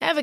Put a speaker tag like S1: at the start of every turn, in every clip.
S1: Ever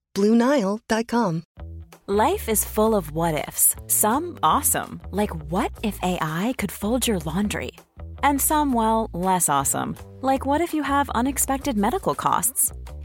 S2: BlueNile.com.
S3: Life is full of what ifs. Some awesome, like what if AI could fold your laundry? And some, well, less awesome, like what if you have unexpected medical costs?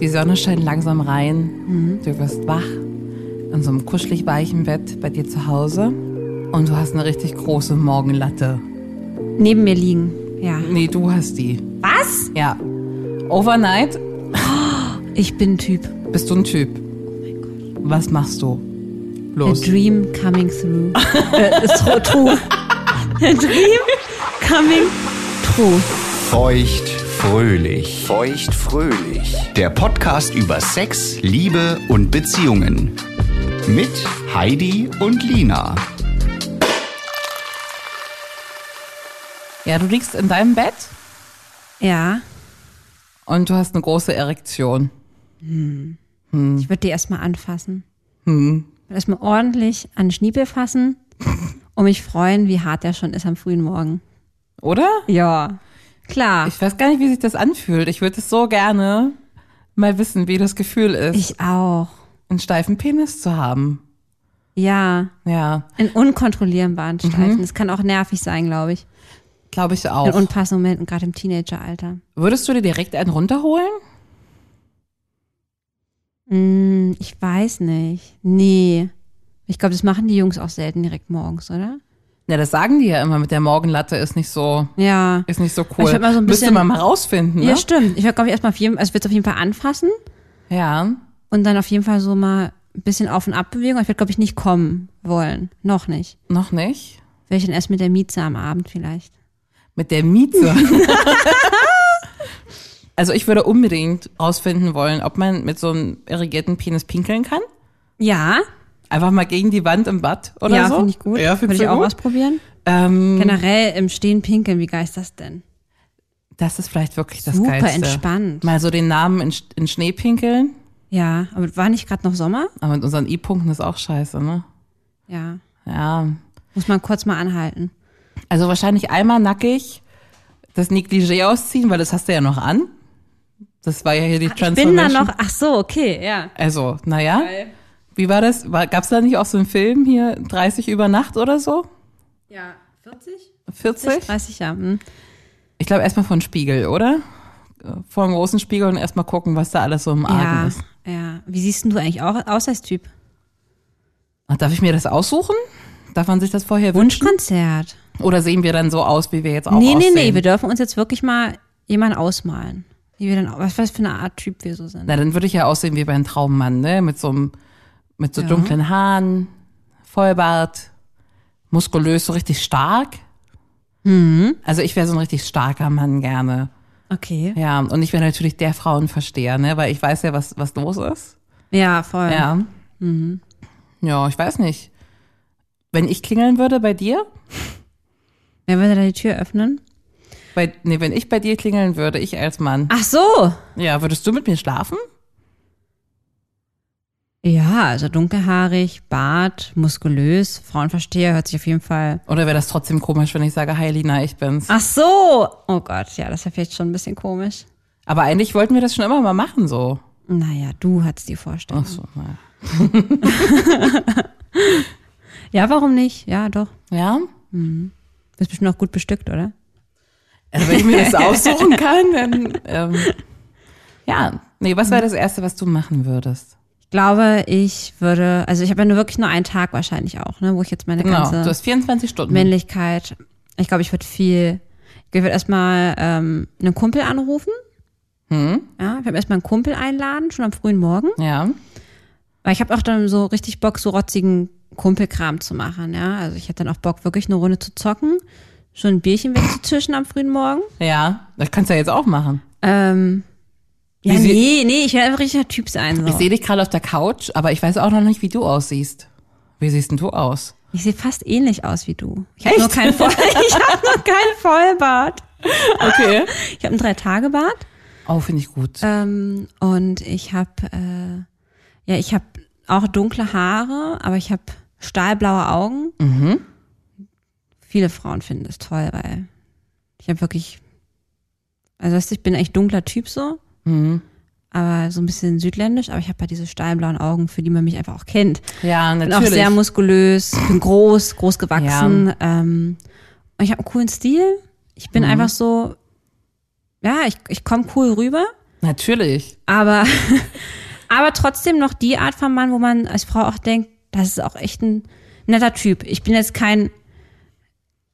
S4: die Sonne scheint langsam rein, du wirst wach in so einem kuschelig weichen Bett bei dir zu Hause und du hast eine richtig große Morgenlatte.
S5: Neben mir liegen. Ja.
S4: Nee, du hast die.
S5: Was?
S4: Ja. Overnight
S5: Ich bin Typ.
S4: bist du ein Typ. Was machst du?
S5: A
S4: Los.
S5: dream coming through. äh, ist tru- true. A dream coming true.
S6: Feucht fröhlich.
S7: Feucht fröhlich.
S6: Der Podcast über Sex, Liebe und Beziehungen. Mit Heidi und Lina.
S4: Ja, du liegst in deinem Bett
S5: Ja.
S4: und du hast eine große Erektion.
S5: Ich würde die erstmal anfassen. Hm. Erstmal ordentlich an den Schniebel fassen und mich freuen, wie hart der schon ist am frühen Morgen.
S4: Oder?
S5: Ja. Klar.
S4: Ich weiß gar nicht, wie sich das anfühlt. Ich würde es so gerne mal wissen, wie das Gefühl ist,
S5: Ich auch.
S4: einen steifen Penis zu haben.
S5: Ja.
S4: Ja,
S5: In unkontrollierbaren Streifen. Das kann auch nervig sein, glaube ich.
S4: glaube ich
S5: In
S4: Mhm. auch.
S5: unpassenden Momenten, gerade im Teenageralter.
S4: Würdest du dir direkt einen runterholen?
S5: Hm, ich weiß nicht. Nee. Ich glaube, das machen die Jungs auch selten direkt morgens, oder?
S4: Ja, das sagen die ja immer mit der Morgenlatte ist nicht so,
S5: Ja.
S4: ist nicht so
S5: Ich
S4: cool.
S5: würd mal so ein
S4: Müsste
S5: bisschen-
S4: man mal rausfinden, ne?
S5: Ja, stimmt. Ich würde, glaube ich, erstmal auf jeden also ich würde es auf jeden Fall anfassen
S4: Ja.
S5: und dann auf jeden Fall so mal ein bisschen auf und ab bewegen. Aber Ich würde, glaube ich, nicht kommen wollen. Noch nicht.
S4: Noch nicht?
S5: Wäre ich dann erst mit der Mieze am Abend vielleicht.
S4: Mit der Mieze. also ich würde unbedingt rausfinden wollen, ob man mit so einem irrigierten Penis pinkeln kann.
S5: Ja.
S4: Einfach mal gegen die Wand im Bad oder
S5: ja,
S4: so.
S5: finde ich gut.
S4: Ja,
S5: würde
S4: findest
S5: ich
S4: du
S5: auch
S4: gut?
S5: ausprobieren.
S4: Ähm,
S5: Generell im Stehen pinkeln, wie geil ist das denn?
S4: Das ist vielleicht wirklich das
S5: Super
S4: Geilste.
S5: entspannt.
S4: Mal so den Namen in, Sch- in Schnee pinkeln.
S5: Ja, aber war nicht gerade noch Sommer?
S4: Aber mit unseren I-Punkten ist auch scheiße, ne?
S5: Ja.
S4: Ja.
S5: Muss man kurz mal anhalten.
S4: Also wahrscheinlich einmal nackig das Negligé ausziehen, weil das hast du ja noch an. Das war ja hier die
S5: Ah, Ich
S4: Transformation.
S5: bin da noch. Ach so, okay, ja.
S4: Also, naja. Wie war das? War, gab's da nicht auch so einen Film hier, 30 über Nacht oder so?
S5: Ja, 40?
S4: 40?
S5: 30 Jahre. Hm.
S4: Ich glaube erstmal vor den Spiegel, oder? Vor dem großen Spiegel und erstmal gucken, was da alles so im Argen
S5: Ja,
S4: ist.
S5: ja. Wie siehst denn du eigentlich auch aus als Typ?
S4: Ach, Ah, darf ich mir das aussuchen? Darf man sich das vorher wünschen?
S5: Wunschkonzert.
S4: Oder sehen wir dann so aus, wie wir jetzt auch
S5: Nee, nee,
S4: aussehen?
S5: nee. Wir dürfen uns jetzt wirklich mal jemanden ausmalen. Wie wir dann, was, was für eine Art Typ wir so sind.
S4: Na, dann würde ich ja aussehen wie beim Traummann, ne? Mit so einem, mit so dunklen Haaren, Vollbart, muskulös, so richtig stark. Also ich wäre so ein richtig starker Mann gerne.
S5: Okay.
S4: Ja, und ich wäre natürlich der Frauenversteher, ne? Weil ich weiß ja, was, was los ist.
S5: Ja, voll.
S4: Ja. Ja, ich weiß nicht. Wenn ich klingeln würde bei dir,
S5: Wer würde da die Tür öffnen?
S4: bei, nee, wenn ich bei dir klingeln würde, ich als Mann,
S5: Ach so.
S4: ja, würdest du mit mir schlafen?
S5: Ja, also dunkelhaarig, Bart, muskulös, Frauenversteher hört sich auf jeden Fall.
S4: Oder wäre das trotzdem komisch, wenn ich sage, hi Lina, ich bin's?
S5: Ach so! Oh Gott, ja, das wäre vielleicht schon ein bisschen komisch.
S4: Aber eigentlich wollten wir das schon immer mal machen, so.
S5: Naja, du hattest die Vorstellung.
S4: Ach so, naja.
S5: Ja, warum nicht? Ja, doch.
S4: Ja?
S5: Bist bestimmt auch gut bestückt, oder?
S4: Also wenn ich mir das aussuchen kann, dann. Ähm, ja. Nee, was wäre das Erste, was du machen würdest?
S5: Ich glaube, ich würde, also ich habe ja nur wirklich nur einen Tag wahrscheinlich auch, ne, wo ich jetzt meine
S4: Genau.
S5: ganze.
S4: Du hast 24 Stunden.
S5: Männlichkeit. Ich glaube, ich würde viel. Ich würde erstmal ähm, einen Kumpel anrufen.
S4: Hm?
S5: Ja, ich würde erstmal einen Kumpel einladen, schon am frühen Morgen.
S4: ja.
S5: Weil ich habe auch dann so richtig Bock, so rotzigen Kumpelkram zu machen. Ja, also ich hätte dann auch Bock, wirklich eine Runde zu zocken, schon ein Bierchen wegzuzischen am frühen Morgen.
S4: Ja. Das kannst du ja jetzt auch machen.
S5: Ähm, ja,
S4: Wie sie-
S5: nee, nee, ich will einfach richtiger Typ sein. So.
S4: Ich sehe dich gerade auf der Couch, aber ich weiß auch noch nicht, wie du aussiehst. Wie siehst denn du aus?
S5: Ich sehe fast ähnlich aus wie du. Ich habe nur keinen Voll ich hab nur keinen Vollbart.
S4: Okay.
S5: Ich habe einen Drei-Tage-Bart.
S4: Oh, finde ich gut.
S5: Ähm, und ich habe, äh, ja, ich habe auch dunkle Haare, aber ich habe stahlblaue Augen. Viele Frauen finden das toll, weil ich habe wirklich, also weißt du, ich bin echt dunkler Typ so, aber so ein bisschen südländisch, aber ich habe halt diese stahlblauen Augen, für die man mich einfach auch kennt.
S4: ja,
S5: Bin auch sehr muskulös, bin groß, groß gewachsen. Ähm, und ich habe einen coolen Stil. Ich
S4: Mhm.
S5: bin einfach so, ja, ich, ich komme cool rüber.
S4: Natürlich.
S5: Aber, aber trotzdem noch die Art von Mann, wo man als Frau auch denkt, das ist auch echt ein netter Typ. Ich bin jetzt kein,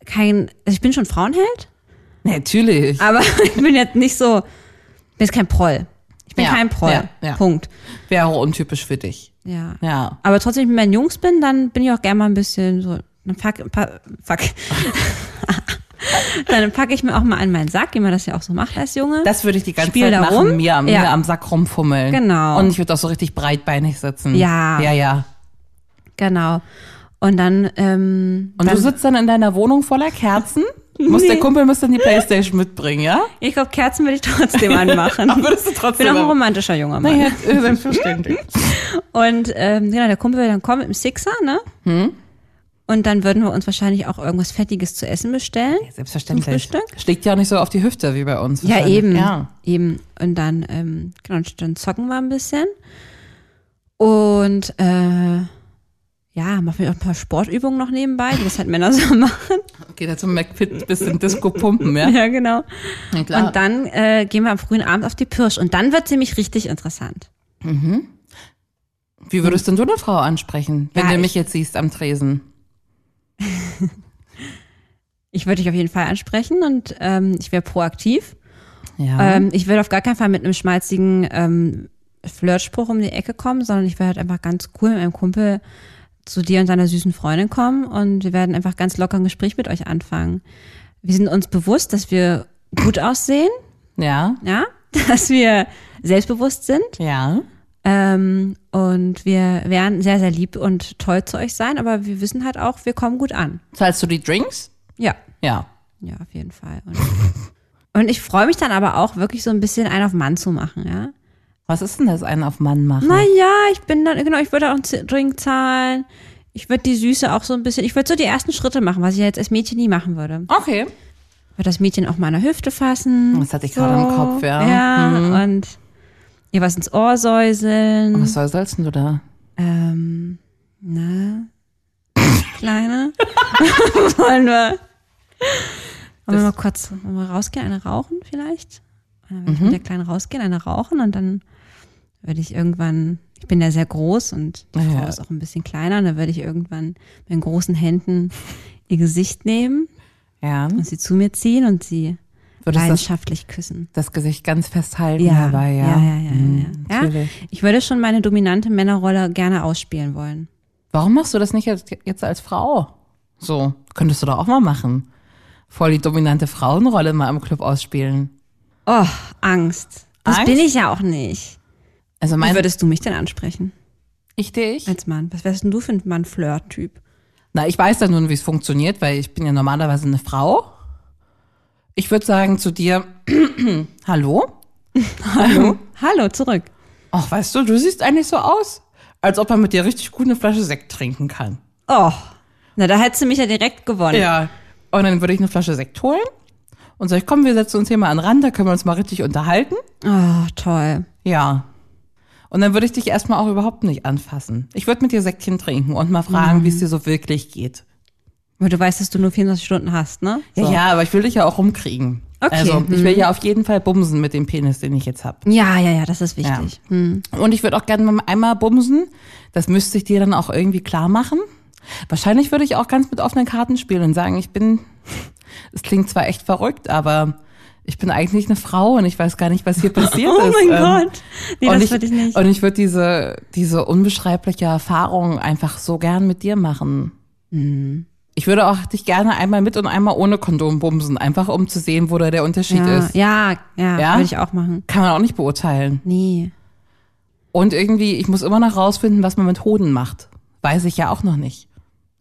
S5: kein, also ich bin schon Frauenheld,
S4: Natürlich.
S5: aber ich bin jetzt nicht so, ich bin jetzt kein Proll. Ich bin
S4: Ja,
S5: kein Proll.
S4: ja, ja.
S5: Punkt.
S4: Wäre auch untypisch für dich.
S5: Ja.
S4: Ja.
S5: Aber trotzdem, wenn ich Jungs bin, dann bin ich auch gerne mal ein bisschen so, dann pack, pa- fuck. dann packe ich mir auch mal an meinen Sack, wie man das ja auch so macht als Junge.
S4: Das würde ich die ganze
S5: Spiel
S4: Zeit
S5: da
S4: machen,
S5: rum.
S4: mir, mir
S5: Ja.
S4: am Sack rumfummeln.
S5: Genau.
S4: Und ich würde auch so richtig breitbeinig sitzen.
S5: Ja.
S4: Ja, ja.
S5: genau. Und dann, ähm,
S4: Und
S5: dann,
S4: du sitzt dann in deiner Wohnung voller Kerzen? Muss der Kumpel muss dann die Playstation mitbringen, ja?
S5: Ich glaube, Kerzen würde ich trotzdem anmachen.
S4: Aber würdest du
S5: ich bin
S4: trotzdem.
S5: auch ein romantischer junger Mann.
S4: ja, selbstverständlich.
S5: Und ähm, genau, der Kumpel würde dann kommen mit dem Sixer, ne?
S4: Hm?
S5: Und dann würden wir uns wahrscheinlich auch irgendwas Fettiges zu essen bestellen.
S4: Selbstverständlich.
S5: Zum Frühstück?
S4: Schlägt ja auch nicht so auf die Hüfte wie bei uns.
S5: Ja,
S4: wahrscheinlich.
S5: eben.
S4: Ja.
S5: Eben. Und dann, ähm, genau, dann zocken wir ein bisschen. Und äh, ja, machen wir auch ein paar Sportübungen noch nebenbei, wie das halt Männer so machen.
S4: Okay, dazu McFit bisschen Disco pumpen, ja?
S5: Ja, genau.
S4: Ja, klar.
S5: Und dann äh, gehen wir am frühen Abend auf die Pirsch. Und dann wird's nämlich richtig interessant.
S4: Wie würdest denn du eine Frau ansprechen, wenn
S5: Ja,
S4: du
S5: ich-
S4: mich jetzt siehst am Tresen?
S5: Ich würde dich auf jeden Fall ansprechen und ähm, ich wäre proaktiv.
S4: Ja.
S5: Ähm, ich würde auf gar keinen Fall mit einem schmalzigen ähm, Flirtspruch um die Ecke kommen, sondern ich werde halt einfach ganz cool mit meinem Kumpel zu dir und deiner süßen Freundin kommen und wir werden einfach ganz locker ein Gespräch mit euch anfangen. Wir sind uns bewusst, dass wir gut aussehen,
S4: ja.
S5: ja, dass wir selbstbewusst sind
S4: Ja.
S5: ähm, und wir werden sehr, sehr lieb und toll zu euch sein, aber wir wissen halt auch, wir kommen gut an.
S4: Zahlst du die Drinks?
S5: Ja.
S4: Ja.
S5: Ja, auf jeden Fall. Und, und ich freue mich dann aber auch wirklich so ein bisschen einen auf Mann zu machen, ja.
S4: Was ist denn das, einen auf Mann machen?
S5: Naja, ich bin dann, genau, ich würde auch einen Z- Drink zahlen. Ich würde die Süße auch so ein bisschen, ich würde so die ersten Schritte machen, was ich jetzt als Mädchen nie machen würde.
S4: Okay.
S5: Ich würde das Mädchen auch mal an der Hüfte fassen.
S4: Das hatte ich gerade im Kopf, ja. Mhm.
S5: Ja, und ihr was ins Ohr säuseln.
S4: Was soll sollst denn du da?
S5: Ähm, na, Kleine, wollen wir, wollen wir mal kurz wollen wir rausgehen, eine rauchen vielleicht? Und Dann würde
S4: Mhm.
S5: ich mit der Kleinen rausgehen, eine rauchen und dann würde ich irgendwann, ich bin ja sehr groß und die
S4: Ja.
S5: Frau ist auch ein bisschen kleiner und dann würde ich irgendwann mit den großen Händen ihr Gesicht nehmen
S4: Ja.
S5: und sie zu mir ziehen und sie
S4: Würdest Oh, das,
S5: leidenschaftlich küssen.
S4: das Gesicht ganz festhalten dabei, ja.
S5: ja, ja, ja.
S4: Mhm,
S5: ja. ja.
S4: Natürlich.
S5: Ich würde schon meine dominante Männerrolle gerne ausspielen wollen.
S4: Warum machst du das nicht jetzt, jetzt als Frau? So, könntest du doch auch mal machen. Voll die dominante Frauenrolle mal im Club ausspielen.
S5: Oh, Angst. Das
S4: Angst?
S5: bin ich ja auch nicht.
S4: Also
S5: Wie
S4: mein,
S5: würdest du mich denn ansprechen
S4: ich dich?
S5: als Mann? Was wärst denn du für ein Mann-Flirt-Typ?
S4: Na, ich weiß dann nun, wie es funktioniert, weil ich bin ja normalerweise eine Frau. Ich würde sagen zu dir, hallo?
S5: Hallo? Hallo, zurück.
S4: Ach, weißt du, du siehst eigentlich so aus, als ob man mit dir richtig gut eine Flasche Sekt trinken kann.
S5: Oh, na, da hättest du mich ja direkt gewonnen.
S4: Ja. Und dann würde ich eine Flasche Sekt holen und sag ich, komm, wir setzen uns hier mal an den Rand, da können wir uns mal richtig unterhalten.
S5: Oh, toll.
S4: Ja. Und dann würde ich dich erstmal auch überhaupt nicht anfassen. Ich würde mit dir Säckchen trinken und mal fragen, wie es dir so wirklich geht.
S5: Weil du weißt, dass du nur 24 Stunden hast, ne?
S4: Ja, ja, aber ich will dich ja auch rumkriegen.
S5: Okay.
S4: Also ich will ja auf jeden Fall bumsen mit dem Penis, den ich jetzt hab.
S5: Ja, ja, ja, das ist wichtig.
S4: Hm. Und ich würde auch gerne mal einmal bumsen. Das müsste ich dir dann auch irgendwie klar machen. Wahrscheinlich würde ich auch ganz mit offenen Karten spielen und sagen, ich bin, es klingt zwar echt verrückt, aber ich bin eigentlich eine Frau und ich weiß gar nicht, was hier passiert
S5: Oh
S4: ist.
S5: mein
S4: Ähm,
S5: Gott. Nee,
S4: und
S5: das würde ich nicht.
S4: Und ich würde diese, diese unbeschreibliche Erfahrung einfach so gern mit dir machen.
S5: Mhm.
S4: Ich würde auch dich gerne einmal mit und einmal ohne Kondom bumsen, einfach um zu sehen, wo da der Unterschied
S5: ja,
S4: ist.
S5: ja, ja,
S4: Ja?
S5: würde ich auch machen.
S4: Kann man auch nicht beurteilen.
S5: Nee.
S4: Und irgendwie, ich muss immer noch rausfinden, was man mit Hoden macht. Weiß ich ja auch noch nicht.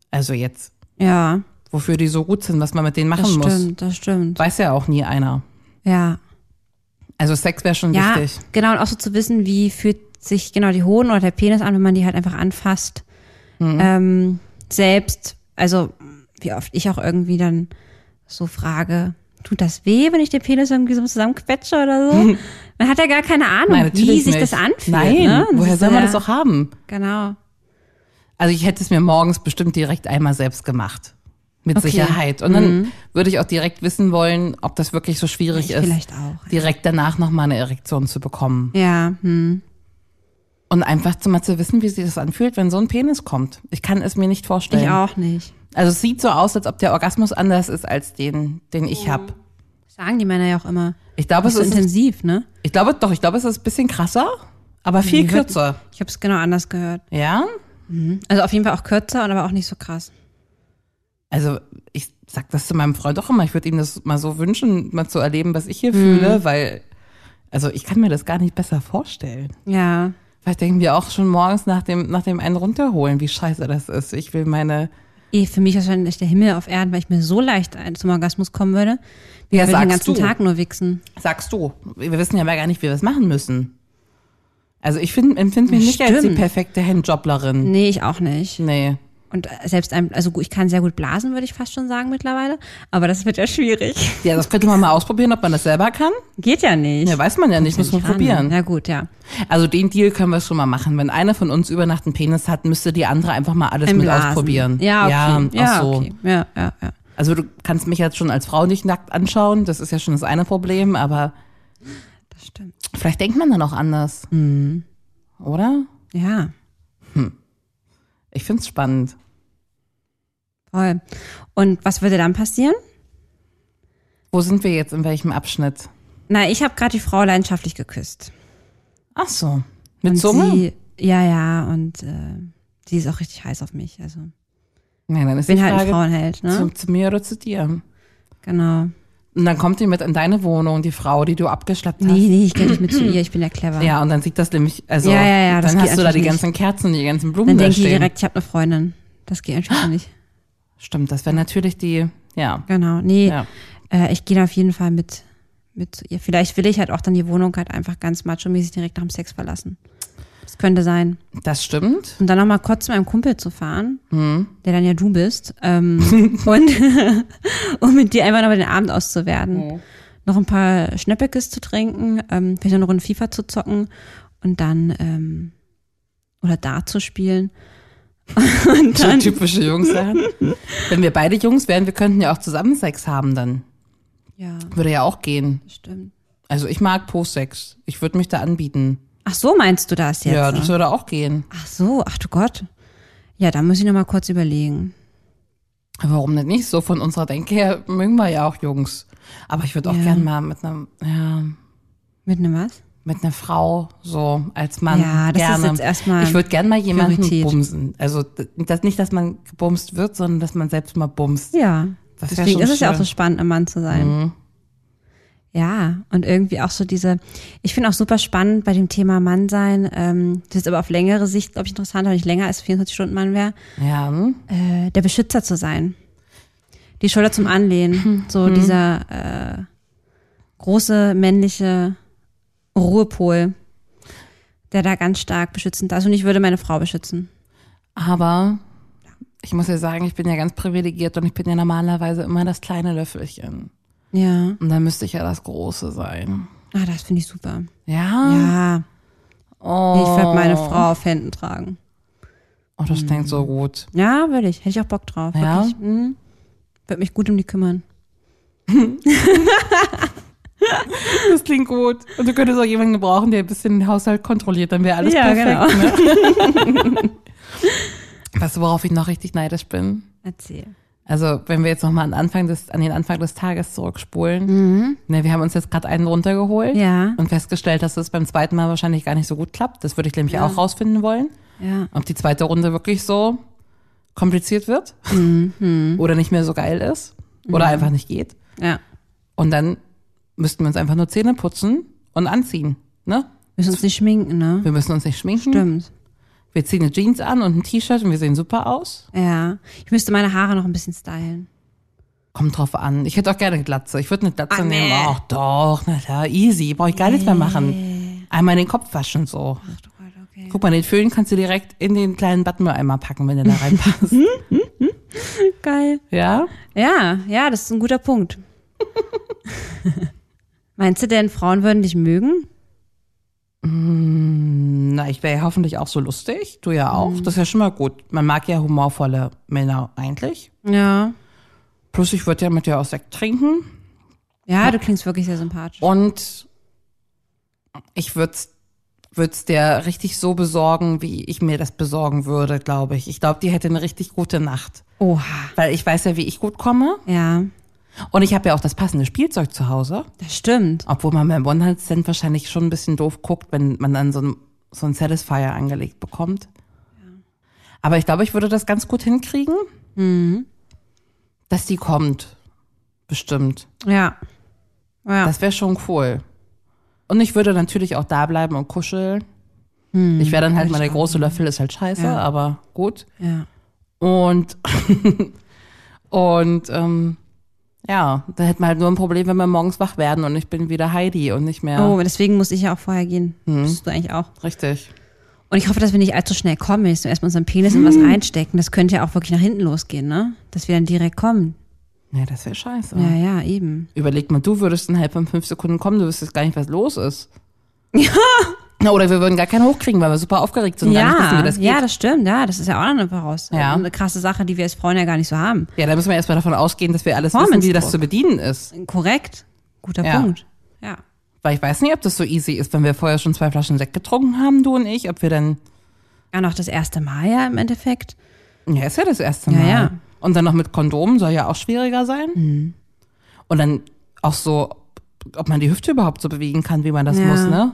S4: Also jetzt,
S5: Ja,
S4: wofür die so gut sind, was man mit denen machen
S5: das
S4: muss.
S5: stimmt, das stimmt.
S4: Weiß ja auch nie einer.
S5: Ja.
S4: Also Sex wäre schon
S5: Ja,
S4: wichtig.
S5: genau, und auch so zu wissen, wie fühlt sich genau die Hoden oder der Penis an, wenn man die halt einfach anfasst.
S4: Mhm.
S5: Ähm, selbst, also wie oft ich auch irgendwie dann so frage, tut das weh, wenn ich den Penis irgendwie so zusammenquetsche oder so? Man hat ja gar keine Ahnung,
S4: Nein,
S5: Hm, wie
S4: natürlich
S5: sich
S4: nicht.
S5: das anfühlt.
S4: Nein,
S5: ne? Das
S4: woher
S5: ist
S4: soll man
S5: ja-
S4: das auch haben?
S5: Genau.
S4: Also ich hätte es mir morgens bestimmt direkt einmal selbst gemacht. Mit
S5: Okay. Mhm.
S4: Sicherheit. Und dann würde ich auch direkt wissen wollen, ob das wirklich so schwierig
S5: Ich
S4: ist,
S5: vielleicht auch.
S4: direkt danach nochmal eine Erektion zu bekommen.
S5: Ja, hm.
S4: Und einfach zu- mal zu wissen, wie sich das anfühlt, wenn so ein Penis kommt. Ich kann es mir nicht vorstellen.
S5: ich auch nicht.
S4: Also es sieht so aus, als ob der Orgasmus anders ist als den, den ich habe.
S5: Sagen die Männer ja auch immer.
S4: Ich glaube, es
S5: so
S4: ist,
S5: intensiv, ne?
S4: ich glaube doch, ich glaube, es ist ein bisschen krasser, aber viel
S5: Nee, wird-
S4: kürzer.
S5: Ich habe es genau anders gehört.
S4: Ja?
S5: Also auf jeden Fall auch kürzer und aber auch nicht so krass.
S4: Also ich sag das zu meinem Freund auch immer. Ich würde ihm das mal so wünschen, mal zu erleben, was ich hier
S5: Mhm.
S4: fühle, weil also ich kann mir das gar nicht besser vorstellen.
S5: Ja.
S4: Vielleicht denken wir auch schon morgens nach dem nach dem einen runterholen, wie scheiße das ist. Ich will meine
S5: Eh, für mich wahrscheinlich der Himmel auf Erden, weil ich mir so leicht ein- zum Orgasmus kommen würde. Ich würde den ganzen
S4: du?
S5: Tag nur wichsen.
S4: Sagst du? Wir wissen ja mal gar nicht, wie wir es machen müssen. Also ich find, empfinde mich nicht als die
S5: Stimmt.
S4: perfekte Handjoblerin.
S5: Nee, ich auch nicht.
S4: Nee.
S5: Und äh, selbst ein, also gut, ich kann sehr gut blasen, würde ich fast schon sagen mittlerweile. Aber das wird ja schwierig.
S4: Ja, das könnte man mal ausprobieren, ob man das selber kann.
S5: Geht ja nicht.
S4: Ja, weiß man ja nicht, muss man
S5: Nicht ran.
S4: probieren.
S5: Na gut, ja.
S4: Also den Deal können wir schon mal machen. Wenn einer von uns über Nacht einen Penis hat, müsste die andere einfach mal alles
S5: Ein
S4: mit
S5: Blasen.
S4: ausprobieren.
S5: Ja, okay.
S4: Ja, ach so.
S5: okay. Ja, ja, ja.
S4: Also du kannst mich jetzt schon als Frau nicht nackt anschauen, das ist ja schon das eine Problem, aber
S5: Das stimmt.
S4: vielleicht denkt man dann auch anders.
S5: Mhm.
S4: Oder?
S5: Ja,
S4: Ich find's spannend.
S5: voll. Und was würde dann passieren?
S4: Wo sind wir jetzt, in welchem Abschnitt?
S5: Na, ich habe gerade die Frau leidenschaftlich geküsst.
S4: Ach so, mit
S5: und
S4: Zunge?
S5: Sie, ja, ja, und äh, die ist auch richtig heiß auf mich. Also
S4: Nein, dann ist
S5: bin
S4: die
S5: halt ein
S4: Frage
S5: Frauenheld, ne?
S4: zu, zu mir oder zu dir.
S5: genau.
S4: Und dann kommt die mit in deine Wohnung, die Frau, die du abgeschleppt hast.
S5: Nee, nee, ich gehe nicht mit zu ihr, ich bin ja clever.
S4: Ja, und dann sieht das nämlich, also
S5: Ja, ja, ja, das
S4: dann
S5: geht
S4: hast du da die
S5: natürlich
S4: ganzen Kerzen, die ganzen Blumen
S5: Dann
S4: da
S5: denke ich
S4: stehen.
S5: direkt, ich habe eine Freundin. Das geht einfach nicht.
S4: Stimmt, das wäre natürlich die, ja.
S5: Genau, nee.
S4: Ja.
S5: Äh, ich gehe da auf jeden Fall mit, mit zu ihr. Vielleicht will ich halt auch dann die Wohnung halt einfach ganz macho-mäßig direkt nach dem Sex verlassen. Das könnte sein.
S4: Das stimmt.
S5: Und dann nochmal kurz zu meinem Kumpel zu fahren,
S4: Mhm.
S5: der dann ja du bist, ähm, und, und mit dir einfach nochmal den Abend auszuwerten.
S4: Oh.
S5: Noch ein paar Schnäppekes zu trinken, ähm, vielleicht noch eine Runde FIFA zu zocken und dann, ähm, oder Dart zu spielen. Und
S4: So
S5: dann,
S4: typische Jungs werden. Wenn wir beide Jungs wären, wir könnten ja auch zusammen Sex haben dann.
S5: ja,
S4: Würde ja auch gehen.
S5: stimmt.
S4: Also ich mag Post-Sex. Ich würde mich da anbieten.
S5: Ach so, meinst du das jetzt? ne?
S4: Ja, das würde auch gehen.
S5: Ach so, ach du Gott. Ja, da muss ich nochmal kurz überlegen.
S4: Warum denn nicht? So von unserer Denke her mögen wir ja auch Jungs. Aber ich würde auch
S5: Ja.
S4: gern mal mit einer, ja,
S5: Mit einem was?
S4: mit einer Frau so als Mann
S5: Ja, das ist
S4: gerne.
S5: jetzt erstmal
S4: ich würde gern mal jemanden
S5: Priorität.
S4: bumsen. Also d- das nicht, dass man gebumst wird, sondern dass man selbst mal bumst.
S5: Ja.
S4: Das wär
S5: Deswegen
S4: schon
S5: ist es ja
S4: schön. Mhm.
S5: auch so spannend, ein Mann zu sein. Ja, und irgendwie auch so diese, ich finde auch super spannend bei dem Thema Mann sein, ähm, das ist aber auf längere Sicht, glaube ich, interessanter, wenn ich länger als 24 Stunden Mann wäre,
S4: Ja, hm?
S5: äh, der Beschützer zu sein. Die Schulter zum Anlehnen, so dieser äh, große männliche Ruhepol, der da ganz stark beschützend ist. Und ich würde meine Frau beschützen.
S4: Aber ich muss ja sagen, ich bin ja ganz privilegiert und ich bin ja normalerweise immer das kleine Löffelchen.
S5: Ja.
S4: Und dann müsste ich ja das große sein.
S5: Ah, das finde ich super.
S4: Ja?
S5: Ja.
S4: Oh.
S5: Ich würde meine Frau auf Händen tragen.
S4: Oh, das klingt so gut.
S5: Ja, würde ich. Hätte ich auch Bock drauf.
S4: Ja?
S5: Wirklich. Mhm. Würde mich gut um die kümmern.
S4: Das klingt gut. Und du könntest auch jemanden gebrauchen, der ein bisschen den Haushalt kontrolliert, dann wäre alles
S5: Ja,
S4: perfekt. Ne? weißt du, worauf ich noch richtig neidisch bin?
S5: Erzähl.
S4: Also, wenn wir jetzt nochmal an, Anfang des- an den Anfang des Tages zurückspulen, ne, wir haben uns jetzt gerade einen runtergeholt
S5: Mhm. Ja.
S4: und festgestellt, dass es beim zweiten Mal wahrscheinlich gar nicht so gut klappt. Das würde ich nämlich auch rausfinden wollen,
S5: Ja.
S4: ob die zweite Runde wirklich so kompliziert wird
S5: Mhm.
S4: oder nicht mehr so geil ist oder einfach nicht geht.
S5: Ja.
S4: Und dann müssten wir uns einfach nur Zähne putzen und anziehen. Ne?
S5: Müssen uns nicht schminken, ne?
S4: Wir müssen uns nicht schminken.
S5: Stimmt.
S4: Wir ziehen eine Jeans an und ein T-Shirt und wir sehen super aus.
S5: Ja. Ich müsste meine Haare noch ein bisschen stylen.
S4: Kommt drauf an. Ich hätte auch gerne eine Glatze. Ich würde eine Glatze
S5: Ah, nee.
S4: nehmen. Ach doch, na klar, easy. Brauche ich gar nichts mehr machen. Einmal den Kopf waschen so.
S5: Okay.
S4: Guck mal, den Föhn kannst du direkt in den kleinen Badmülleimer packen, wenn der da reinpasst.
S5: Mhm. Geil.
S4: ja?
S5: Ja, ja, das ist ein guter Punkt. Meinst du denn, Frauen würden dich mögen?
S4: Na, ich wäre ja hoffentlich auch so lustig. Du ja
S5: Mhm.
S4: auch. Das ist ja schon mal gut. Man mag ja humorvolle Männer eigentlich.
S5: Ja.
S4: Plus, ich würde ja mit dir auch Sekt trinken.
S5: Ja, du klingst wirklich sehr sympathisch.
S4: Und ich würde es der richtig so besorgen, wie ich mir das besorgen würde, glaube ich. Ich glaube, die hätte eine richtig gute Nacht.
S5: Oha.
S4: Weil ich weiß ja, wie ich gut komme.
S5: Ja,
S4: Und ich habe ja auch das passende Spielzeug zu Hause.
S5: das stimmt.
S4: Obwohl man beim One-Night-Stand wahrscheinlich schon ein bisschen doof guckt, wenn man dann so ein, so ein Satisfier angelegt bekommt. Aber ich glaube, ich würde das ganz gut hinkriegen, dass die kommt. Bestimmt.
S5: Ja. Ja.
S4: Das wäre schon cool. Und ich würde natürlich auch da bleiben und kuscheln.
S5: Hm,
S4: ich wäre dann halt mal der große Löffel, ist halt scheiße, aber gut.
S5: ja.
S4: Und, und ähm, ja, da hätten wir halt nur ein Problem, wenn wir morgens wach werden und ich bin wieder Heidi und nicht mehr.
S5: Oh, deswegen muss ich ja auch vorher gehen.
S4: Mhm.
S5: Bist du eigentlich auch.
S4: Richtig.
S5: Und ich hoffe, dass wir nicht allzu schnell kommen, dass wir erstmal unseren Penis in was
S4: Mhm.
S5: reinstecken. Das könnte ja auch wirklich nach hinten losgehen, ne? Dass wir dann direkt kommen.
S4: Ja, das wäre scheiße.
S5: Ja, ja, eben.
S4: Überleg mal, du würdest innerhalb von fünf Sekunden kommen, du wüsstest gar nicht, was los ist. Ja. Oder wir würden gar keinen hochkriegen, weil wir super aufgeregt sind und gar nicht wissen,
S5: ja,
S4: wie das geht.
S5: ja, das stimmt. Ja, das ist ja auch noch eine, Voraus
S4: Ja.
S5: eine krasse Sache, die wir als Frauen ja gar nicht so haben.
S4: ja, da müssen wir erstmal davon ausgehen, dass wir alles wissen, wie das
S5: Performance-Druck.
S4: zu bedienen ist.
S5: Korrekt. Guter
S4: Ja.
S5: Punkt. Ja.
S4: Weil ich weiß nicht, ob das so easy ist, wenn wir vorher schon zwei Flaschen Sekt getrunken haben, du und ich, ob wir dann,
S5: Ja, noch das erste Mal ja im Endeffekt.
S4: ja, ist ja das erste
S5: Ja,
S4: Mal.
S5: ja. Mhm.
S4: Und dann noch mit Kondomen soll ja auch schwieriger sein. Und dann auch so, ob man die Hüfte überhaupt so bewegen kann, wie man das
S5: Ja.
S4: muss, ne?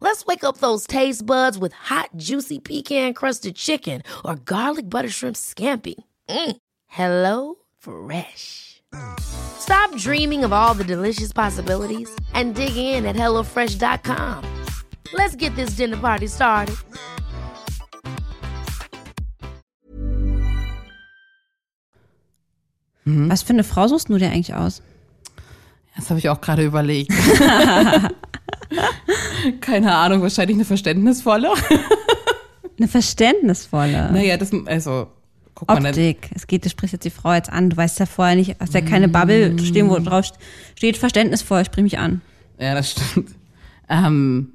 S1: Let's wake up those taste buds with hot, juicy pecan crusted chicken or garlic butter shrimp scampi. Mm. Hello Fresh. Stop dreaming of all the delicious possibilities and dig in at HelloFresh.com. Let's get this dinner party started.
S4: Hm.
S5: Was für eine Frau suchst du dir eigentlich aus?
S4: Das habe ich auch gerade überlegt. Keine Ahnung, wahrscheinlich eine verständnisvolle.
S5: Eine verständnisvolle
S4: Naja, das, also, guck mal, dann,
S5: Optik. Es geht, du sprichst jetzt die Frau jetzt an. Du weißt ja vorher nicht, hast ja
S4: Hm.
S5: keine Bubble stehen, wo drauf steht verständnisvoll, sprich mich an.
S4: ja, das stimmt. Ähm,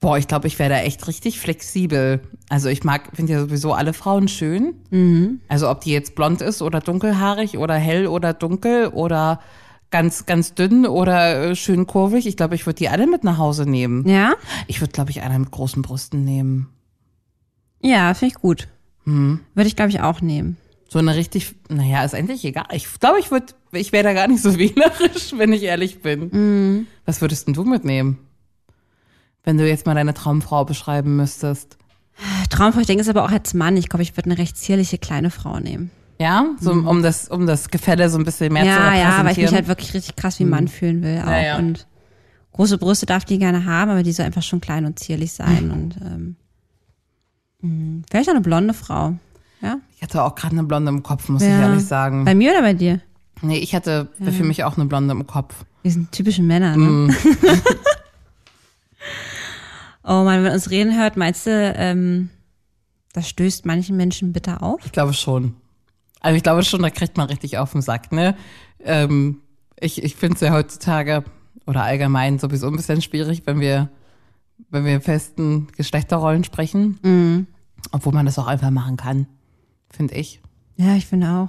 S4: boah, ich glaube, ich wäre da echt richtig flexibel. Also ich mag, finde ja sowieso alle Frauen schön. Also ob die jetzt blond ist oder dunkelhaarig oder hell oder dunkel oder ganz, ganz dünn oder äh, schön kurvig. Ich glaube, ich würde die alle mit nach Hause nehmen.
S5: Ja?
S4: Ich würde, glaube ich, einer mit großen Brüsten nehmen.
S5: Ja, finde ich gut.
S4: Hm.
S5: Würde ich, glaube ich, auch nehmen.
S4: So eine richtig, naja, ist eigentlich egal. Ich glaube, ich würde, ich wäre da gar nicht so wählerisch, wenn ich ehrlich bin.
S5: Mhm.
S4: Was würdest denn du mitnehmen? Wenn du jetzt mal deine Traumfrau beschreiben müsstest.
S5: Traum von ich denke, ist aber auch als Mann. Ich glaube, ich würde eine recht zierliche kleine Frau nehmen.
S4: Ja, so, um, das, um das Gefälle so ein bisschen mehr zu
S5: Mhm. ja,
S4: repräsentieren. Hm.
S5: ja, weil ich mich halt wirklich richtig krass wie ein Mann fühlen will. Auch.
S4: ja.
S5: Und große Brüste darf die gerne haben, aber die soll einfach schon klein und zierlich sein. Und ähm, mh, vielleicht auch eine blonde Frau. Ja?
S4: ich hatte auch gerade eine Blonde im Kopf, muss
S5: Ja.
S4: ich ehrlich sagen.
S5: Bei mir oder bei dir?
S4: Nee, ich hatte für mich auch eine Blonde im Kopf.
S5: Wir sind typische Männer, ne?
S4: Mhm.
S5: oh man, wenn man uns reden hört, meinst du, ähm, das stößt manchen Menschen bitter auf?
S4: Ich glaube schon. Also ich glaube schon, da kriegt man richtig auf den Sack, ne? Ähm, ich ich finde es ja heutzutage oder allgemein sowieso ein bisschen schwierig, wenn wir, wenn wir in festen Geschlechterrollen sprechen.
S5: Mhm.
S4: Obwohl man das auch einfach machen kann, finde ich.
S5: Ja, ich finde auch.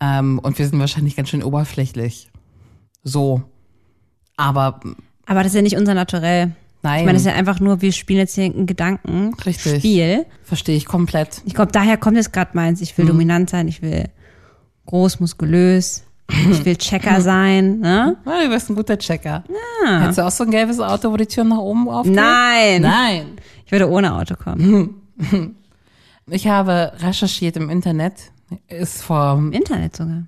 S4: Ähm, und wir sind wahrscheinlich ganz schön oberflächlich. So. Aber
S5: Aber das ist ja nicht unser Naturell.
S4: nein,
S5: Ich meine, das ist ja einfach nur, wir spielen jetzt hier ein Gedankenspiel.
S4: Richtig. verstehe ich komplett.
S5: Ich glaube, daher kommt jetzt gerade meins. Ich will dominant sein, ich will groß, muskulös, ich will Checker sein. Ne?
S4: Ah, du bist ein guter Checker. Ja. Hättest du auch so ein gelbes Auto, wo die Tür nach oben aufgeht?
S5: Ah. Nein.
S4: Nein.
S5: Ich würde ohne Auto kommen.
S4: Ich habe recherchiert im Internet, ist vor, hm,
S5: Im Internet sogar.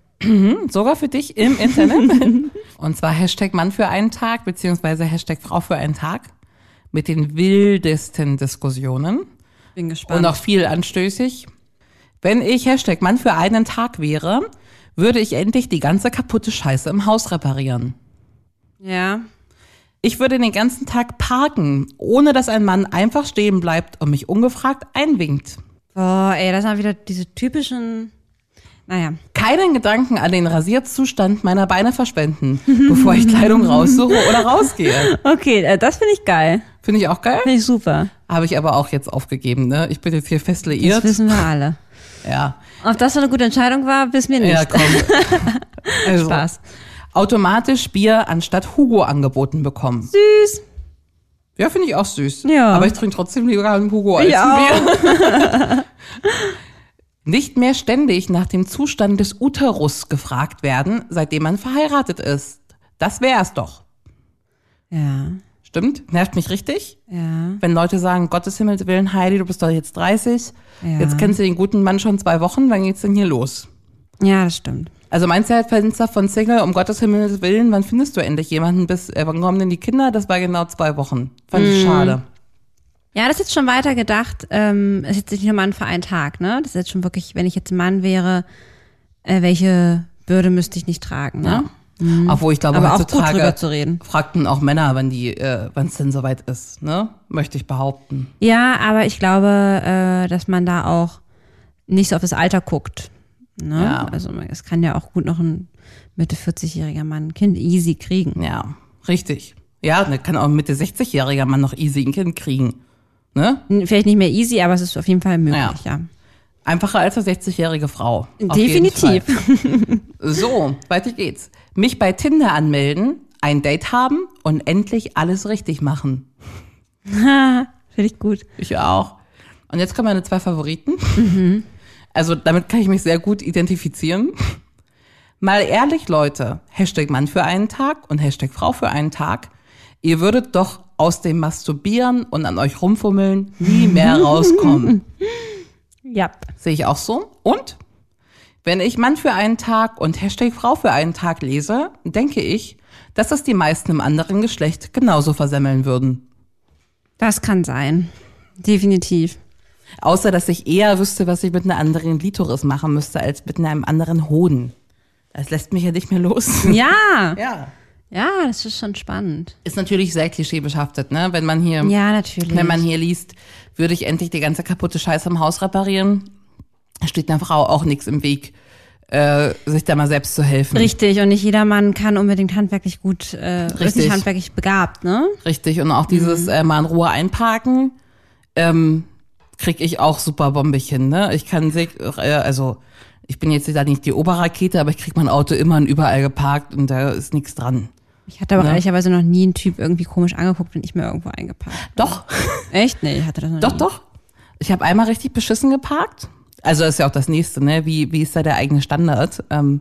S4: sogar für dich im Internet. und zwar Hashtag Mann für einen Tag, beziehungsweise Hashtag Frau für einen Tag. Mit den wildesten Diskussionen.
S5: Bin
S4: Und
S5: gespannt.
S4: auch viel anstößig. Wenn ich Hashtag Mann für einen Tag wäre, würde ich endlich die ganze kaputte Scheiße im Haus reparieren.
S5: ja.
S4: Ich würde den ganzen Tag parken, ohne dass ein Mann einfach stehen bleibt und mich ungefragt einwinkt.
S5: Boah, ey, das sind wieder diese typischen. Naja.
S4: keinen Gedanken an den Rasierzustand meiner Beine verschwenden, bevor ich Kleidung raussuche oder rausgehe.
S5: Okay, äh, das finde ich geil.
S4: Finde ich auch geil.
S5: Finde ich super.
S4: Habe ich aber auch jetzt aufgegeben, ne? Ich bin jetzt hier fest
S5: Das
S4: liiert.
S5: wissen wir alle.
S4: Ja.
S5: Ob das so eine gute Entscheidung war, wissen wir nicht.
S4: Ja, komm. Also,
S5: Spaß.
S4: Automatisch Bier anstatt Hugo angeboten bekommen.
S5: Süß.
S4: Ja, finde ich auch süß.
S5: Ja.
S4: Aber ich trinke trotzdem lieber einen Hugo als
S5: Ich
S4: ein Bier. Nicht mehr ständig nach dem Zustand des Uterus gefragt werden, seitdem man verheiratet ist. Das wär's doch.
S5: Ja,
S4: Stimmt, nervt mich richtig.
S5: ja.
S4: Wenn Leute sagen, Gottes Himmels Willen, Heidi, du bist doch jetzt 30,
S5: Ja.
S4: jetzt kennst du den guten Mann schon zwei Wochen, wann geht's denn hier los?
S5: Ja, das stimmt.
S4: Also mein Zeitfenster von Single, um Gottes Himmels Willen, wann findest du endlich jemanden, bis, äh, wann kommen denn die Kinder? Das war genau zwei Wochen. Fand
S5: Mhm.
S4: ich schade.
S5: Ja, das ist jetzt schon weiter gedacht. Ähm, ist jetzt nicht nur Mann für einen Tag, ne? Das ist jetzt schon wirklich, wenn ich jetzt ein Mann wäre, äh, welche Bürde müsste ich nicht tragen, ne?
S4: Obwohl ich glaube,
S5: Aber auch gut,
S4: heutzutage
S5: drüber zu reden.
S4: fragten auch Männer, wenn die, äh, wann es denn soweit ist, ne? Möchte ich behaupten.
S5: Ja, aber ich glaube, äh, dass man da auch nicht so auf das Alter guckt. Ne?
S4: Ja.
S5: Also man- es kann ja auch gut noch ein Mitte 40-jähriger Mann ein Kind easy kriegen.
S4: Ja, richtig. Ja, ne, kann auch ein Mitte 60-jähriger Mann noch easy ein Kind kriegen. Ne?
S5: N- Vielleicht nicht mehr easy, aber es ist auf jeden Fall möglich, ja.
S4: Einfacher als eine 60-jährige Frau. Auf
S5: Definitiv.
S4: jeden Fall. So, weiter geht's. Mich bei Tinder anmelden, ein Date haben und endlich alles richtig machen.
S5: Finde ich gut.
S4: Ich auch. Und jetzt kommen meine zwei Favoriten. Also damit kann ich mich sehr gut identifizieren. Mal ehrlich, Leute. Hashtag Mann für einen Tag und Hashtag Frau für einen Tag. Ihr würdet doch aus dem Masturbieren und an euch rumfummeln nie mehr rauskommen.
S5: Ja.
S4: Sehe ich auch so. Und wenn ich Mann für einen Tag und Hashtag Frau für einen Tag lese, denke ich, dass das die meisten im anderen Geschlecht genauso versemmeln würden.
S5: Das kann sein. Definitiv.
S4: Außer, dass ich eher wüsste, was ich mit einer anderen Litoris machen müsste, als mit einem anderen Hoden. Das lässt mich ja nicht mehr los.
S5: Ja.
S4: Ja.
S5: Ja, das ist schon spannend.
S4: Ist natürlich sehr klischeebehaftet, ne? Wenn man hier,
S5: Ja, natürlich.
S4: wenn man hier liest, würde ich endlich die ganze kaputte Scheiße im Haus reparieren, steht einer Frau auch nichts im Weg, äh, sich da mal selbst zu helfen.
S5: Richtig, und nicht jedermann kann unbedingt handwerklich gut, äh, Richtig. ist
S4: Richtig.
S5: nicht handwerklich begabt, ne?
S4: Richtig, und auch dieses äh, mal in Ruhe einparken, ähm, kriege ich auch super bombig hin. Ne? Ich kann, sich- äh, also ich bin jetzt da nicht die Oberrakete, aber ich krieg mein Auto immer und überall geparkt und da ist nichts dran.
S5: Ich hatte aber
S4: Ja.
S5: ehrlicherweise noch nie einen Typ irgendwie komisch angeguckt, wenn ich mir irgendwo eingepackt.
S4: Doch,
S5: Echt? Nee, ich hatte das noch
S4: doch,
S5: nie.
S4: doch. Ich habe einmal richtig beschissen geparkt. Also das ist ja auch das Nächste, ne? Wie, wie ist da der eigene Standard? Ähm,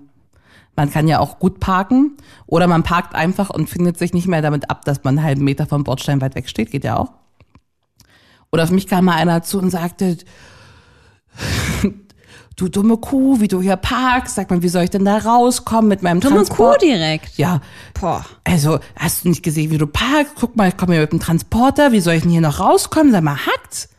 S4: man kann ja auch gut parken oder man parkt halt einfach und findet sich nicht mehr damit ab, dass man einen halben Meter vom Bordstein weit weg steht, geht ja auch. Oder auf mich kam mal einer zu und sagte, du dumme Kuh, wie du hier parkst, sag mal, wie soll ich denn da rauskommen mit meinem
S5: Dumme Kuh
S4: Transport?
S5: direkt.
S4: Ja,
S5: Boah.
S4: also hast du nicht gesehen, wie du parkst? Guck mal, ich komme hier mit dem Transporter, wie soll ich denn hier noch rauskommen? Sag mal, hackt's?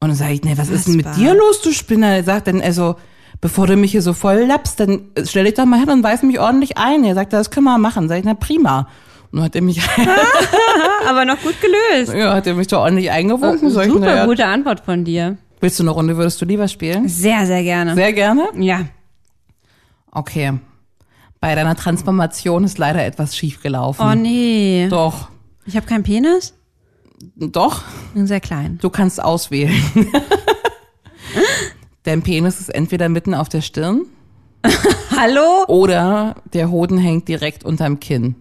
S4: Und dann sage ich, nee, was ist denn mit
S5: Unfassbar.
S4: dir los, du Spinner? Er sagt dann, also, bevor du mich hier so voll lappst, dann stell dich doch mal hin und weif mich ordentlich ein. Er sagt, das können wir machen. Sag ich, na prima. Und dann hat er mich,
S5: Aber noch gut gelöst.
S4: ja, hat er mich doch ordentlich eingewunken. Sag ich,
S5: Super
S4: na ja,
S5: gute Antwort von dir.
S4: willst du eine Runde, würdest du lieber spielen?
S5: Sehr, sehr gerne.
S4: Sehr gerne.
S5: ja.
S4: Okay. Bei deiner Transformation ist leider etwas schief gelaufen.
S5: Oh nee.
S4: Hm. Doch,
S5: Ich habe keinen Penis.
S4: doch,
S5: Bin sehr klein.
S4: du kannst auswählen. Dein Penis ist entweder mitten auf der Stirn
S5: Hallo?
S4: Oh, oder der Hoden hängt direkt unterm Kinn.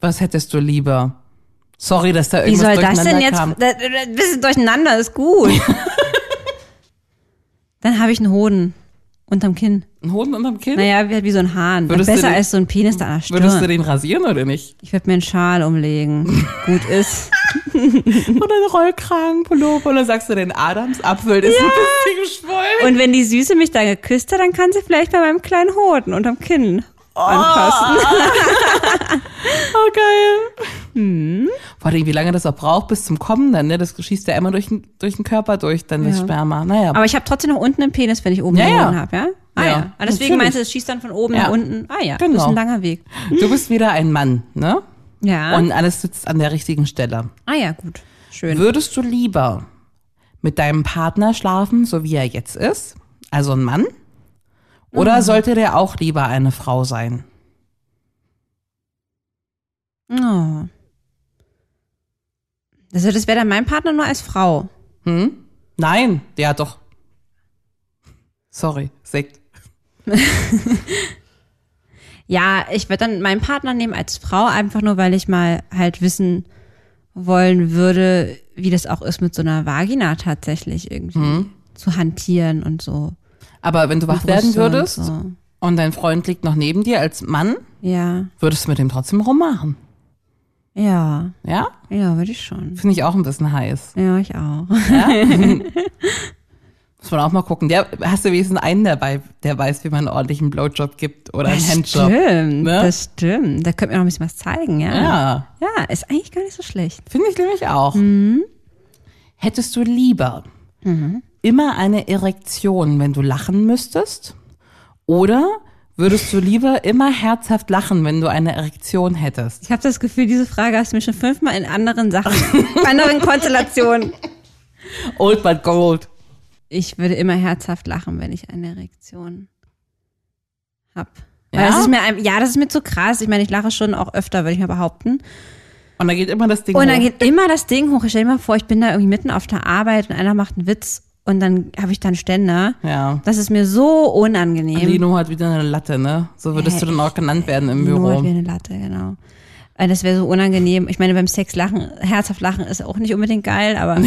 S4: Was hättest du lieber? Sorry, dass da
S5: Wie
S4: irgendwas
S5: soll das denn
S4: durcheinander
S5: jetzt?
S4: kam.
S5: Das, das bisschen durcheinander ist gut. Dann habe ich einen Hoden unterm Kinn.
S4: Ein Hoden unterm Kinn?
S5: Naja, wie, wie so ein Hahn. Halt
S4: Würdest du
S5: Besser
S4: den-
S5: als so ein Penis da an der Stirn.
S4: Würdest du den rasieren oder nicht?
S5: Ich werde mir einen Schal umlegen. Gut ist.
S4: Oder einen Rollkragenpullover oder sagst du den Adamsapfel? Der ist ein bisschen geschwollen.
S5: Und wenn die Süße mich da geküsst hat, dann kann sie vielleicht bei meinem kleinen Hoden unterm Kinn
S4: Ah.
S5: anpassen.
S4: Oh, geil. Hm. Vor allem, wie lange das auch braucht bis zum Kommen dann, ne? Das schießt ja immer durch den, durch den Körper durch, dann das Sperma. Naja.
S5: Aber ich habe trotzdem noch unten einen Penis, wenn ich oben
S4: Ja,
S5: einen
S4: ja.
S5: Hoden habe, ja? Ah
S4: Ja,
S5: ja. Ah,
S4: natürlich.
S5: deswegen meinst du, es schießt dann von oben
S4: Ja.
S5: nach unten. Ah ja, das ist
S4: Genau.
S5: ein langer Weg.
S4: du bist wieder ein Mann, ne?
S5: Ja.
S4: Und alles sitzt an der richtigen Stelle.
S5: ah ja, gut. Schön.
S4: Würdest du lieber mit deinem Partner schlafen, so wie er jetzt ist, also ein Mann? Oder sollte der auch lieber eine Frau sein?
S5: Oh. Also das wäre dann mein Partner nur als Frau.
S4: Hm? Nein, der hat doch. Sorry, Sekt.
S5: Ja, ich würde dann meinen Partner nehmen als Frau, einfach nur, weil ich mal halt wissen wollen würde, wie das auch ist mit so einer Vagina tatsächlich irgendwie zu hantieren und so.
S4: Aber wenn du Mhm. wach werden
S5: Brüste und
S4: würdest
S5: So.
S4: und dein Freund liegt noch neben dir als Mann,
S5: Ja,
S4: würdest du mit dem trotzdem rummachen.
S5: ja,
S4: Ja?
S5: ja, würde ich schon.
S4: Finde ich auch ein bisschen heiß.
S5: Ja, ich auch.
S4: Muss man auch mal gucken. Der, hast du wenigstens einen dabei, der weiß, wie man einen ordentlichen Blowjob gibt oder einen Handjob.
S5: stimmt,
S4: ne?
S5: das stimmt. Da könnt ihr noch ein bisschen was zeigen, ja.
S4: Ja,
S5: Ja, ist eigentlich gar nicht so schlecht.
S4: finde ich nämlich auch. Mhm. Hättest du lieber Mhm. immer eine Erektion, wenn du lachen müsstest? Oder würdest du lieber immer herzhaft lachen, wenn du eine Erektion hättest?
S5: Ich habe das Gefühl, diese Frage hast du mir schon fünfmal in anderen Sachen, anderen Konstellationen.
S4: Old but gold.
S5: Ich würde immer herzhaft lachen, wenn ich eine Erektion hab.
S4: Ja?
S5: Ja? Das ist mir ein, ja, das ist mir zu krass. Ich meine, ich lache schon auch öfter, würde ich mal behaupten.
S4: Und da geht immer das Ding
S5: Und dann
S4: hoch.
S5: geht immer das Ding hoch. Ich stell mir mal vor, ich bin da irgendwie mitten auf der Arbeit und einer macht einen Witz und dann habe ich dann Ständer.
S4: Ja.
S5: Das ist mir so unangenehm.
S4: Lino hat wieder eine Latte, ne? So würdest du dann auch genannt werden im
S5: Nur
S4: Büro.
S5: halt wie eine Latte, genau. Äh, Das wäre so unangenehm. Ich meine, beim Sex lachen, herzhaft lachen ist auch nicht unbedingt geil, aber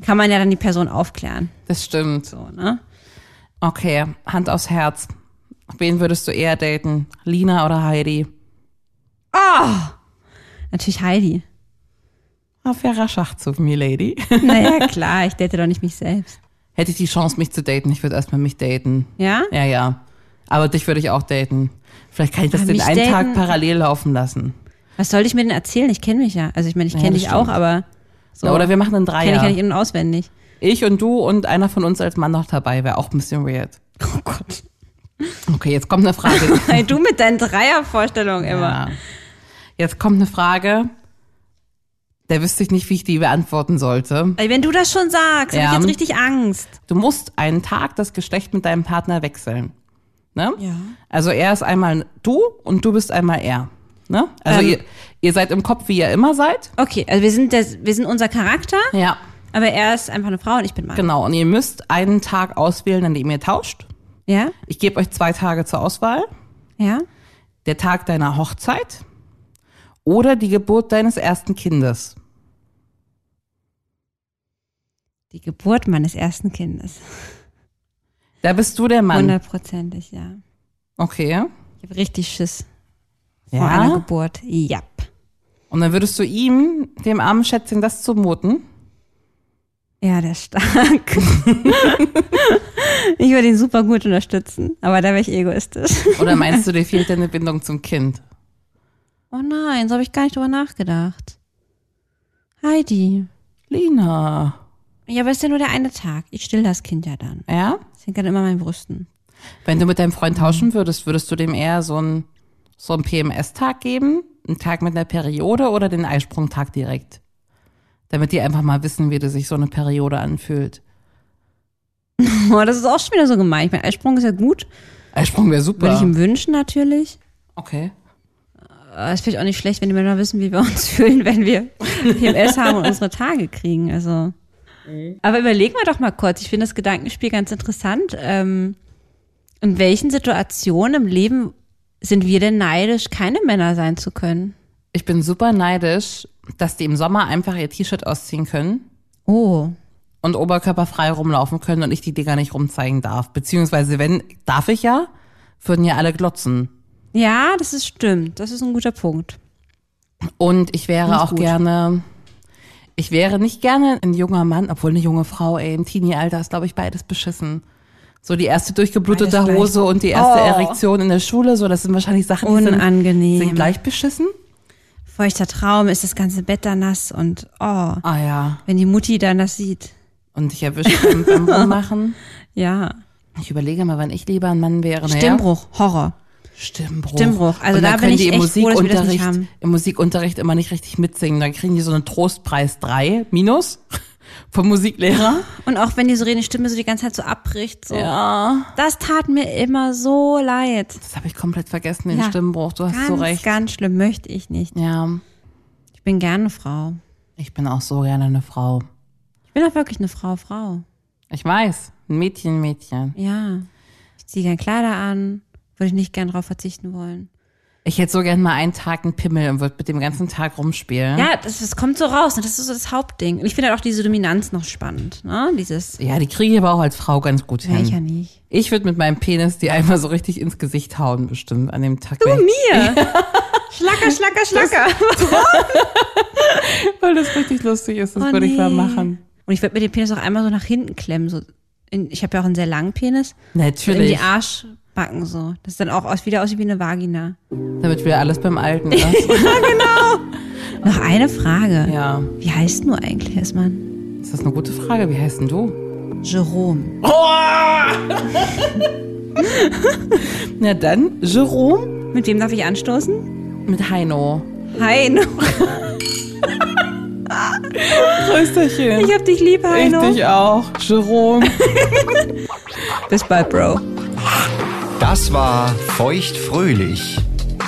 S5: kann man ja dann die Person aufklären.
S4: Das stimmt.
S5: So, ne?
S4: Okay, Hand aufs Herz. Wen würdest du eher daten? Lina oder Heidi?
S5: Natürlich Heidi.
S4: Ah, fairer Schachzug, Milady.
S5: Naja, klar, ich date doch nicht mich selbst.
S4: Hätte ich die Chance, mich zu daten, ich würde erstmal mich daten.
S5: Ja?
S4: Ja, ja. Aber dich würde ich auch daten. Vielleicht kann ich das
S5: Ah,
S4: den
S5: mich
S4: einen Tag
S5: daten?
S4: parallel laufen lassen.
S5: Was sollte ich mir denn erzählen? Ich kenne mich ja. Also ich meine, ich
S4: Ja,
S5: kenne
S4: das
S5: dich auch,
S4: stimmt.
S5: aber so
S4: Oder wir machen einen
S5: kenne
S4: Dreier.
S5: ich ja nicht in- und auswendig.
S4: ich und du und einer von uns als Mann noch dabei wäre auch ein bisschen weird.
S5: Oh Gott.
S4: Okay, jetzt kommt eine Frage.
S5: Hey, du mit deinen Dreiervorstellungen immer.
S4: Ja. Jetzt kommt eine Frage. Da wüsste ich nicht, wie ich die beantworten sollte.
S5: Ey, wenn du das schon sagst,
S4: Ja.
S5: habe ich jetzt richtig Angst.
S4: Du musst einen Tag das Geschlecht mit deinem Partner wechseln. Ne? Ja. Also er ist einmal du und du bist einmal er. Ne? Also
S5: Ähm.
S4: ihr, ihr seid im Kopf, wie ihr immer seid.
S5: Okay, also wir sind, das, wir sind unser Charakter,
S4: Ja.
S5: aber er ist einfach eine Frau und ich bin Mann.
S4: Genau. Und ihr müsst einen Tag auswählen, an dem ihr tauscht.
S5: Ja?
S4: Ich gebe euch zwei Tage zur Auswahl.
S5: Ja?
S4: Der Tag deiner Hochzeit oder die Geburt deines ersten Kindes.
S5: Die Geburt meines ersten Kindes.
S4: Da bist du der Mann.
S5: Hundertprozentig, ja.
S4: Okay.
S5: Ich habe richtig Schiss vor einer
S4: Ja.
S5: Geburt. Ja.
S4: Und dann würdest du ihm, dem armen Schätzchen, das zumuten?
S5: Ja, der ist stark. ich würde ihn super gut unterstützen, aber da wäre ich egoistisch.
S4: Oder meinst du, dir fehlt deine Bindung zum Kind?
S5: Oh nein, so habe ich gar nicht drüber nachgedacht. Heidi.
S4: Lina.
S5: Ja, aber ist ja nur der eine Tag. Ich still das Kind ja dann.
S4: Ja?
S5: Das hängt dann immer an meinen Brüsten.
S4: Wenn du mit deinem Freund tauschen würdest, würdest du dem eher so einen, so einen PMS-Tag geben? Einen Tag mit einer Periode oder den Eisprungtag direkt? Damit die einfach mal wissen, wie sich so eine Periode anfühlt.
S5: Boah, das ist auch schon wieder so gemein. Ich meine, Eisprung ist ja gut.
S4: Eisprung wäre
S5: Würde ich
S4: super.
S5: ihm wünschen natürlich.
S4: Okay.
S5: Aber es finde ich auch nicht schlecht, wenn die Männer wissen, wie wir uns fühlen, wenn wir PMS haben und unsere Tage kriegen. Also. Aber überlegen wir doch mal kurz. Ich finde das Gedankenspiel ganz interessant. Ähm, in welchen Situationen im Leben sind wir denn neidisch, keine Männer sein zu können?
S4: Ich bin super neidisch, dass die im Sommer einfach ihr T-Shirt ausziehen können
S5: Oh.
S4: und oberkörperfrei rumlaufen können und ich die Dinger nicht rumzeigen darf. Beziehungsweise, wenn, darf ich ja, würden ja alle glotzen.
S5: Ja, das ist stimmt. Das ist ein guter Punkt.
S4: Und ich wäre auch gerne, ich wäre nicht gerne ein junger Mann, obwohl eine junge Frau, ey, im Teenie-Alter ist, glaube ich, beides beschissen. So die erste durchgeblutete
S5: Beides gleich.
S4: Hose und die erste
S5: Oh.
S4: Erektion in der Schule, so das sind wahrscheinlich Sachen, die
S5: Unangenehm.
S4: Sind, sind gleich beschissen.
S5: Feuchter Traum ist das ganze Bett da nass und oh,
S4: Ah ja,
S5: wenn die Mutti dann das sieht.
S4: und ich erwische beim, beim Rummachen.
S5: Ja.
S4: Ich überlege mal, wann ich lieber ein Mann wäre. Naja,
S5: Stimmbruch, Horror.
S4: Stimmbruch.
S5: Stimmbruch. Also
S4: und dann
S5: da bin
S4: können
S5: ich
S4: die im
S5: echt froh, dass wir das nicht
S4: Musikunterricht,
S5: haben.
S4: im Musikunterricht immer nicht richtig mitsingen. Dann kriegen die so einen Trostpreis 3 minus vom Musiklehrer.
S5: Und auch wenn die so reden, die Stimme so die ganze Zeit so abbricht. So.
S4: Ja.
S5: Das tat mir immer so leid.
S4: Das habe ich komplett vergessen, den
S5: Ja.
S4: Stimmbruch. Du hast
S5: Ganz,
S4: so recht.
S5: ganz schlimm möchte ich nicht.
S4: Ja,
S5: Ich bin gerne Frau.
S4: ich bin auch so gerne eine Frau.
S5: Ich bin auch wirklich eine Frau, Frau.
S4: Ich weiß, ein Mädchen, Mädchen.
S5: Ja. Ich ziehe gern Kleider an. Würde ich nicht gern drauf verzichten wollen.
S4: Ich hätte so gern mal einen Tag einen Pimmel und würde mit dem ganzen Tag rumspielen.
S5: Ja, das, das kommt so raus. ne? Das ist so das Hauptding. Und ich finde halt auch diese Dominanz noch spannend. Ne? Dieses,
S4: Ja, die kriege ich aber auch als Frau ganz gut
S5: ja,
S4: hin.
S5: ich ja nicht.
S4: Ich würde mit meinem Penis die einmal so richtig ins Gesicht hauen, bestimmt an dem Tag. Du
S5: Oh Mir. Schlacker, schlacker, schlacker.
S4: Weil das richtig lustig ist, das
S5: Oh,
S4: würde ich mal
S5: nee.
S4: machen.
S5: Und ich würde mir den Penis auch einmal so nach hinten klemmen. So in, ich habe ja auch einen sehr langen Penis. So in
S4: Natürlich,
S5: die Arschbacken so. Das dann auch aus, wieder aussieht wie eine Vagina.
S4: damit wir alles beim Alten ist.
S5: Noch eine Frage.
S4: ja,
S5: Wie heißt du eigentlich Hessmann?
S4: das ist eine gute Frage. Wie heißt denn du?
S5: Jerome.
S4: Na dann, Jerome
S5: Mit wem darf ich anstoßen?
S4: mit Heino.
S5: Heino.
S4: Prösterchen.
S5: Ich hab dich lieb, Heino.
S4: Ich dich auch. Jerome.
S5: Bis bald, Bro.
S6: Das war Feuchtfröhlich,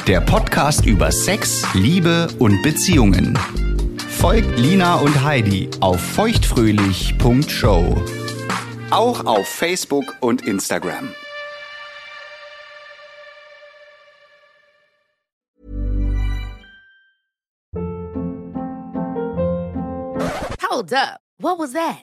S6: der Podcast über Sex, Liebe und Beziehungen. Folgt Lina und Heidi auf feuchtfröhlich.show. Auch auf Facebook und Instagram.
S1: Hold up. What was that?